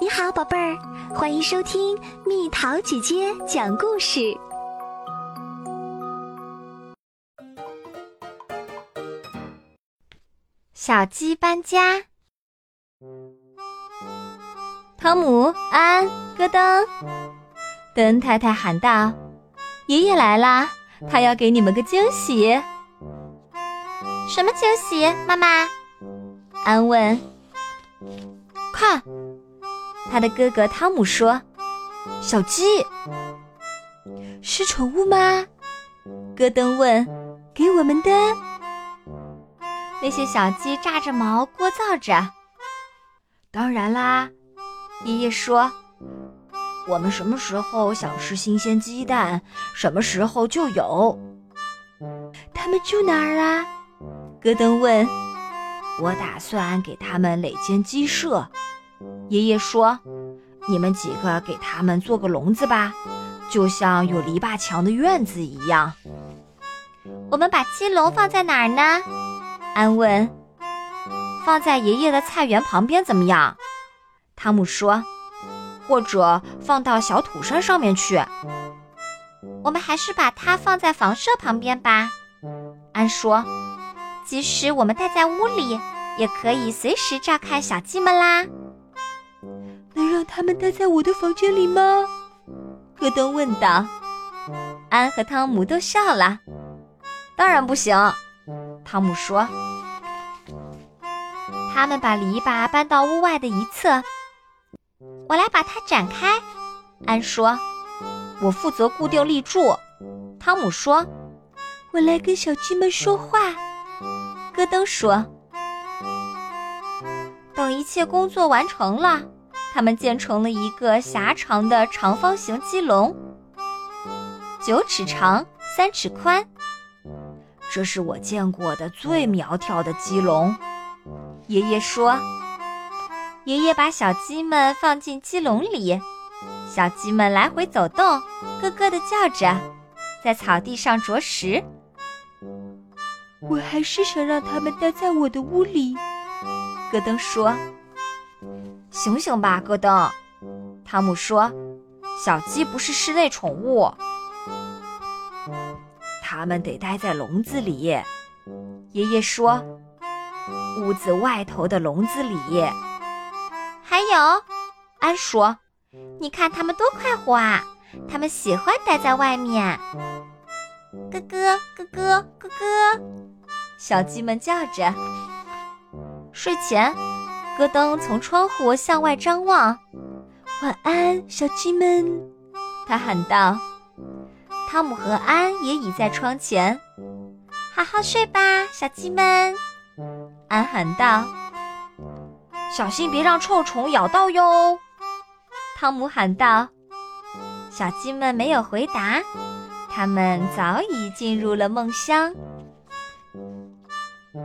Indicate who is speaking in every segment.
Speaker 1: 你好，宝贝儿，欢迎收听蜜桃姐姐讲故事。
Speaker 2: 小鸡搬家。汤姆、安、咯噔，灯太太喊道：“爷爷来啦，他要给你们个惊喜。”“
Speaker 3: 什么惊喜？”妈妈，
Speaker 2: 安问。“快！”他的哥哥汤姆说：“小鸡是宠物吗？”咯噔问：“给我们的？”那些小鸡炸着毛，聒噪着。当然啦，爷爷说：“我们什么时候想吃新鲜鸡蛋，什么时候就有。”他们住哪儿啊？咯噔问。我打算给他们垒间鸡舍。爷爷说：“你们几个给他们做个笼子吧，就像有篱笆墙的院子一样。”
Speaker 3: 我们把鸡笼放在哪儿呢？
Speaker 2: 安问：“放在爷爷的菜园旁边怎么样？”汤姆说：“或者放到小土山上面去。”
Speaker 3: 我们还是把它放在房舍旁边吧。
Speaker 2: 安说：“
Speaker 3: 即使我们待在屋里，也可以随时照看小鸡们啦。”
Speaker 2: 能让他们待在我的房间里吗？戈登问道。安和汤姆都笑了。当然不行。汤姆说：“
Speaker 3: 他们把篱笆搬到屋外的一侧，我来把它展开。”
Speaker 2: 安说：“我负责固定立柱。”汤姆说：“我来跟小鸡们说话。”戈登说：“
Speaker 3: 等一切工作完成了，他们建成了一个狭长的长方形鸡笼，
Speaker 2: 九尺长，三尺宽。”这是我见过的最苗条的鸡笼，爷爷说。
Speaker 3: 爷爷把小鸡们放进鸡笼里，小鸡们来回走动，咯咯地叫着，在草地上啄食。
Speaker 2: 我还是想让它们待在我的屋里，咯噔说。醒醒吧，咯噔，汤姆说，小鸡不是室内宠物。他们得待在笼子里，爷爷说。屋子外头的笼子里，
Speaker 3: 还有，
Speaker 2: 安说：“
Speaker 3: 你看他们多快活啊！他们喜欢待在外面。”咯咯咯咯咯咯，
Speaker 2: 小鸡们叫着。睡前，咯噔从窗户向外张望。晚安，小鸡们，他喊道。汤姆和安也倚在窗前，
Speaker 3: 好好睡吧，小鸡们。
Speaker 2: 安喊道：“小心别让臭虫咬到哟。”汤姆喊道：“
Speaker 3: 小鸡们没有回答，它们早已进入了梦乡。”咯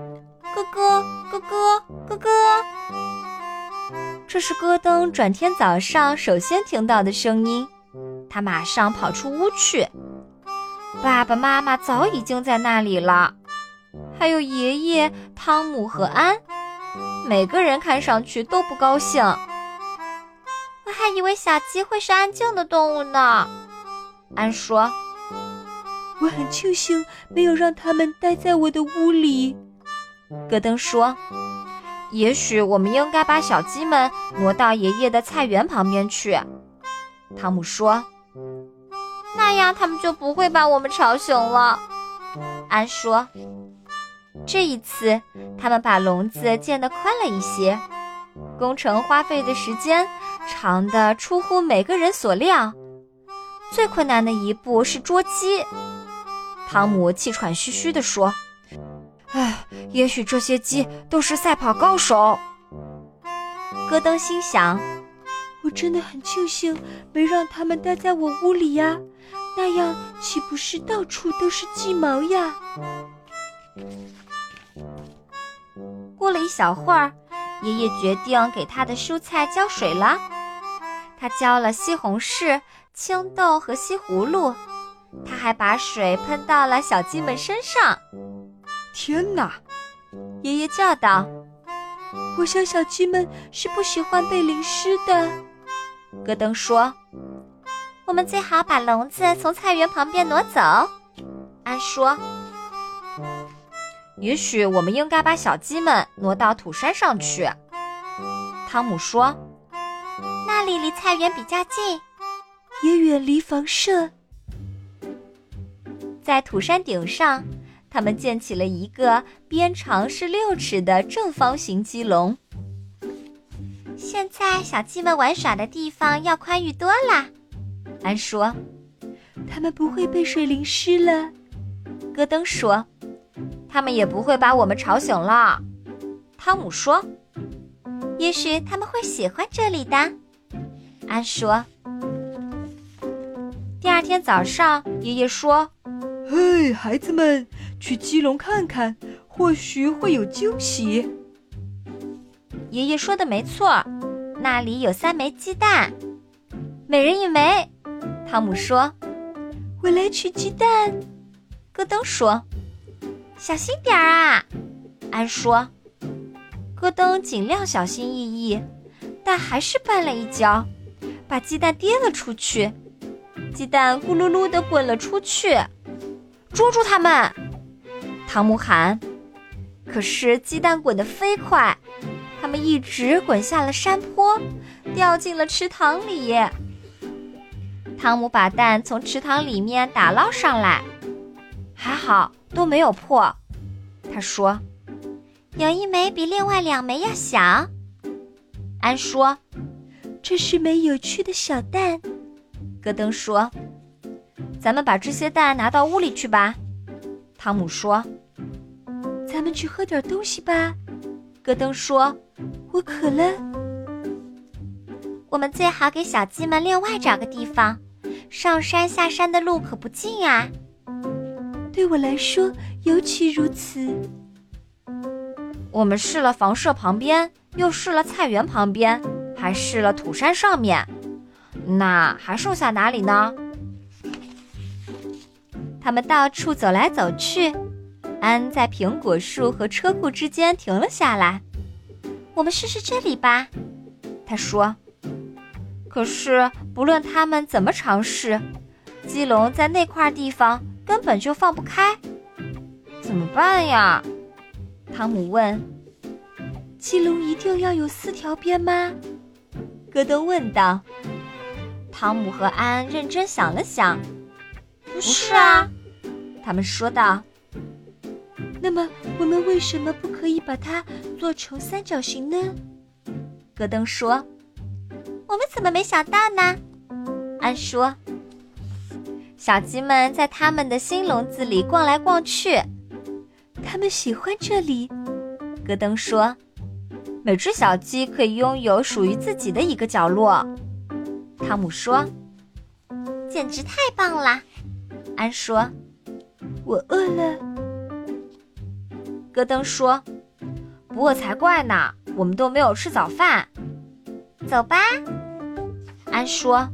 Speaker 3: 咯咯咯咯咯，
Speaker 2: 这是戈登转天早上首先听到的声音。他马上跑出屋去，爸爸妈妈早已经在那里了，还有爷爷、汤姆和安，每个人看上去都不高兴。
Speaker 3: 我还以为小鸡会是安静的动物呢，
Speaker 2: 安说：“
Speaker 4: 我很庆幸没有让他们待在我的屋里。”
Speaker 2: 戈登说：“也许我们应该把小鸡们挪到爷爷的菜园旁边去。”汤姆说。
Speaker 3: 那样他们就不会把我们吵醒了，
Speaker 2: 安说。这一次，他们把笼子建得宽了一些，工程花费的时间长的出乎每个人所料。最困难的一步是捉鸡，汤姆气喘吁吁地说：“唉，也许这些鸡都是赛跑高手。”戈登心想。
Speaker 4: 我真的很庆幸没让他们待在我屋里呀，那样岂不是到处都是鸡毛呀？
Speaker 2: 过了一小会儿，爷爷决定给他的蔬菜浇水了。他浇了西红柿、青豆和西葫芦，他还把水喷到了小鸡们身上。
Speaker 4: 天哪！
Speaker 2: 爷爷叫道：“
Speaker 4: 我想小鸡们是不喜欢被淋湿的。”
Speaker 2: 咯噔说：“
Speaker 3: 我们最好把笼子从菜园旁边挪走。”安说：“
Speaker 2: 也许我们应该把小鸡们挪到土山上去。”汤姆说：“
Speaker 3: 那里离菜园比较近，
Speaker 4: 也远离房舍。”
Speaker 3: 在土山顶上，他们建起了一个边长是六尺的正方形鸡笼。现在小鸡们玩耍的地方要宽裕多啦，安说。
Speaker 4: 它们不会被水淋湿了，
Speaker 2: 戈登说。他们也不会把我们吵醒了，汤姆说。
Speaker 3: 也许他们会喜欢这里的，安说。第二天早上，爷爷说。
Speaker 4: 嘿，孩子们，去鸡笼看看，或许会有惊喜。
Speaker 2: 爷爷说的没错，那里有三枚鸡蛋，每人一枚。汤姆说：“
Speaker 4: 我来取鸡蛋。”
Speaker 2: 戈登说：“
Speaker 3: 小心点儿啊！”
Speaker 2: 安说。戈登尽量小心翼翼，但还是绊了一跤，把鸡蛋跌了出去。鸡蛋咕噜噜地滚了出去。捉住他们！汤姆喊。可是鸡蛋滚得飞快，他们一直滚下了山坡，掉进了池塘里。汤姆把蛋从池塘里面打捞上来，还好都没有破。他说：“
Speaker 3: 有一枚比另外两枚要小。”
Speaker 2: 安说：“
Speaker 4: 这是枚有趣的小蛋。”
Speaker 2: 戈登说。咱们把这些蛋拿到屋里去吧，汤姆说。
Speaker 4: 咱们去喝点东西吧，
Speaker 2: 戈登说。
Speaker 4: 我渴了。
Speaker 3: 我们最好给小鸡们另外找个地方，上山下山的路可不近啊。
Speaker 4: 对我来说尤其如此。
Speaker 2: 我们试了房舍旁边，又试了菜园旁边，还试了土山上面，那还剩下哪里呢？
Speaker 3: 他们到处走来走去，安在苹果树和车库之间停了下来。我们试试这里吧，
Speaker 2: 他说。可是不论他们怎么尝试，鸡笼在那块地方根本就放不开，怎么办呀？汤姆问。
Speaker 4: 鸡笼一定要有四条边吗？
Speaker 2: 戈登问道。汤姆和安认真想了想。
Speaker 3: 不是啊，
Speaker 2: 他们说道。
Speaker 4: 那么我们为什么不可以把它做成三角形呢？
Speaker 2: 戈登说。
Speaker 3: 我们怎么没想到呢？安说。
Speaker 2: 小鸡们在他们的新笼子里逛来逛去，
Speaker 4: 他们喜欢这里。
Speaker 2: 戈登说。每只小鸡可以拥有属于自己的一个角落。汤姆说。
Speaker 3: 简直太棒了！安说：“
Speaker 4: 我饿了。”
Speaker 2: 戈登说：“不饿才怪呢，我们都没有吃早饭。”
Speaker 3: 走吧，
Speaker 2: 安说。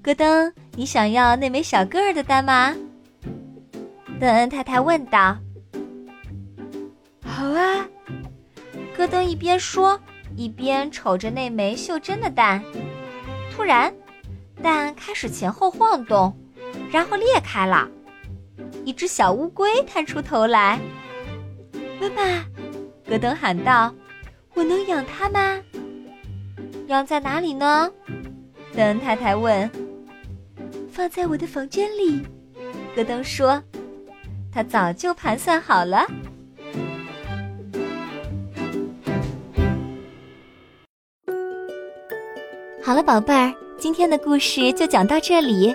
Speaker 2: 戈登，你想要那枚小个儿的蛋吗？邓恩太太问道。
Speaker 4: 好啊，
Speaker 2: 戈登一边说，一边瞅着那枚袖珍的蛋。突然，蛋开始前后晃动。然后裂开了，一只小乌龟探出头来。
Speaker 4: 妈妈，
Speaker 2: 戈登喊道：“
Speaker 4: 我能养它吗？
Speaker 2: 养在哪里呢？”邓恩太太问。
Speaker 4: “放在我的房间里。”
Speaker 2: 戈登说，他早就盘算好了。
Speaker 1: 好了，宝贝儿，今天的故事就讲到这里。